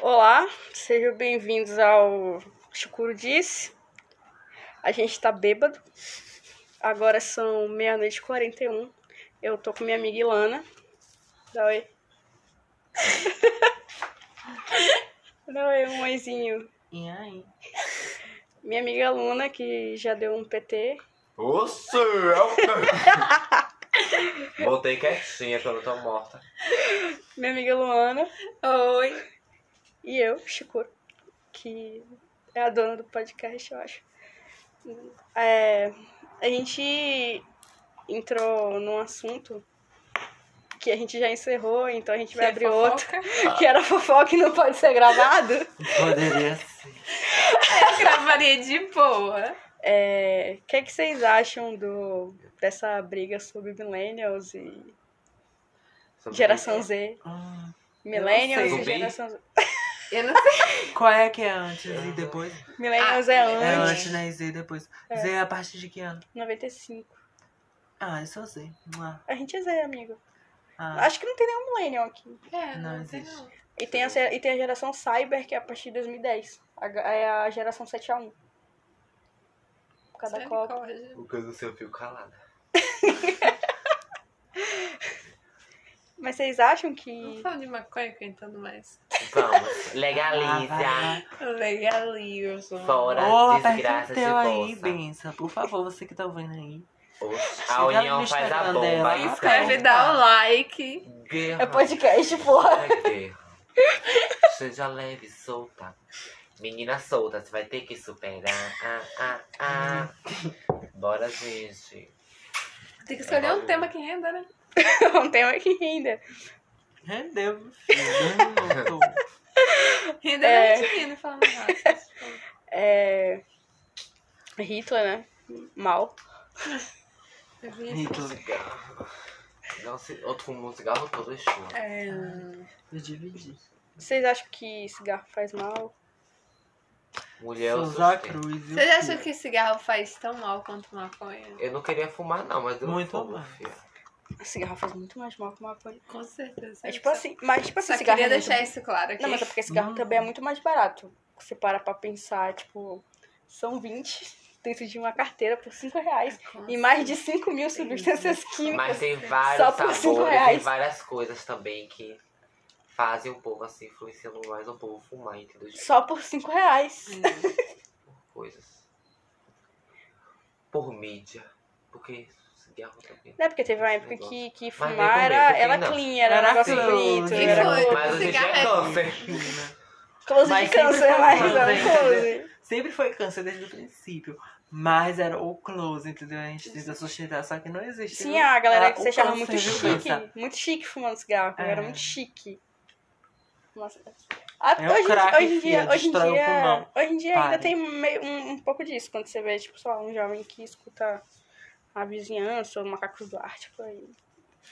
Olá, sejam bem-vindos ao Chicuro Disse. A gente tá bêbado. Agora são meia-noite e 41. Eu tô com minha amiga Ilana. Dá oi. Dá oi, um oizinho. E aí? Minha amiga Luna, que já deu um PT. Ô, céu! é Voltei quietinha quando eu tô morta. Minha amiga Luana. Oi. E eu, Chicuro, que é a dona do podcast, eu acho. É, a gente entrou num assunto que a gente já encerrou, então a é gente vai abrir outro, que era fofoca e não pode ser gravado. Poderia ser. Eu é gravaria de boa. É, O que, é que vocês acham do, dessa briga sobre millennials e Sobre geração Z? Hum, Millennials sei. e geração Z. Eu não sei. Qual é que é antes e depois? Millennials é É antes, antes, né? E Z depois. Z é a partir de que ano? 95. Ah, eu sou Z. Mua. A gente é Z, amigo. Ah, Acho que não tem nenhum millennial aqui. É, Não sei existe. não. E tem, a, ce- e tem a geração Cyber, que é a partir de 2010. A, ga- é a geração 7x1. Por causa da Copa. Misericórdia. O coisa do seu fio calada. Mas vocês acham Não que. fala de maconha cantando mais. Vamos, Ah, legaliza. Legalismo. vai. Fora Ô, aperta desgraça o de teu aí, bolsa. benção. Por favor, você que tá ouvindo aí. Oxe, Chega A união no faz a Instagram bomba. dela, Se e inscreve, tá. dá o like. acaba. Guerra. É podcast, porra. Ai, guerra. Seja leve, solta. Menina solta, você vai ter que superar. Ah, ah, ah. Bora, gente. Tem que escolher um tema que renda, né? Não tem mais que ainda. Rendeu. meu filho. Não, tô- Renda É. é argentino, falando raça. Tipo, É. Hitler, né? Mal. eu vi isso. Hitler. Não se... Outro fumo um cigarro todo escuro. É, Eu dividi. Vocês acham que cigarro faz mal? Mulher, eu Souza sustento. Cruz. e o Vocês acham filho. que cigarro faz tão mal quanto maconha? Eu não queria fumar, não, mas eu Muito fumo, mais. filha. Cigarro faz muito mais mal que maconha. Com certeza. É tipo assim. Mas, tipo assim, Só cigarro. queria É muito... deixar isso claro aqui. Não, mas é porque cigarro Hum. também é muito mais barato. Você para pra pensar, tipo, são 20 dentro de uma carteira por 5 reais. E mais de 5 mil substâncias né? Mas químicas. tem vários Só por cinco sabores e reais. várias coisas também que fazem o povo assim, influenciando mais o povo fumar, entendeu? Tipo, Só por 5 reais. Hum. coisas. Por mídia. Porque cigarro também. Né? Porque teve uma época Negócio. que, que nem fumar comer, era, porque era não. clean, era, um Era negócio clean. bonito. E era foi. close. Mas hoje em dia é Cigarro câncer. close Mas de sempre câncer, foi mas close, era né? close. Sempre foi câncer desde o princípio. Mas era o close, entendeu? A gente tenta sustentar, só que não existe. Sim, a galera Ah, que o se achava câncer, muito viu, chique. câncer? Muito chique fumando cigarro. É. Era muito chique. Nossa. Ah, É o hoje, em dia- crack, hoje em dia, filha, hoje em destrói o dia, pulmão. hoje em dia ainda Pare. tem meio- um, um pouco disso. Quando você vê, tipo, só um jovem que escuta a vizinhança, o Macacos do Ar, tipo, aí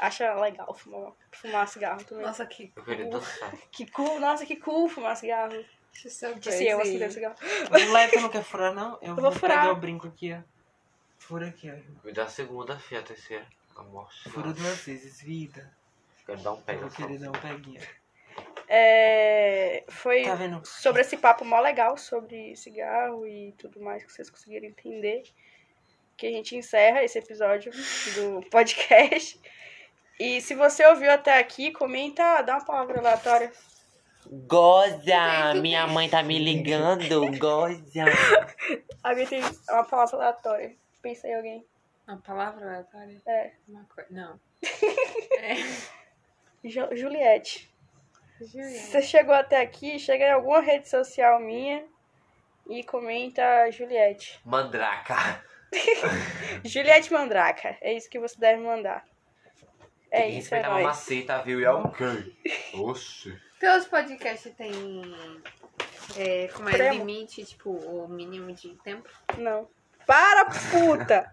acha legal fumar, fumar cigarro também. Nossa, que. Eu queria dançar. Que cool, nossa, que cool fumar cigarro. Isso é so Disse eu, assim, crazy. desse cigarro. Moleque, não quer furar, não? Eu, vou vou, furar. pegar o brinco aqui, ó. Fura aqui, ó. irmão. Me dá a segunda, filha, a terceira. A morte. Fura dos meus vezes, vida. Quero dar um pé Eu vou nessa querer dar um peguinho. É, foi Tá vendo? sobre esse papo mó legal sobre cigarro e tudo mais que vocês conseguiram entender. Que a gente encerra esse episódio do podcast. E se você ouviu até aqui, comenta, dá uma palavra aleatória. Goza! Minha mãe tá me ligando. Goza! A minha tem uma palavra aleatória. Pensa em alguém. Uma palavra aleatória? É. Uma coisa. Não. Ju- Juliette. Se Juliana. você chegou até aqui, chega em alguma rede social minha e comenta Juliette. Mandraca. Juliette Mandraca. É isso que você deve mandar. É Tem que isso, é respeitar uma nóis. maceta, viu? E é um quê? Oxe. Teu outro podcast tem. É, como é Prêmio. limite, tipo, o mínimo de tempo? Não. Para, puta!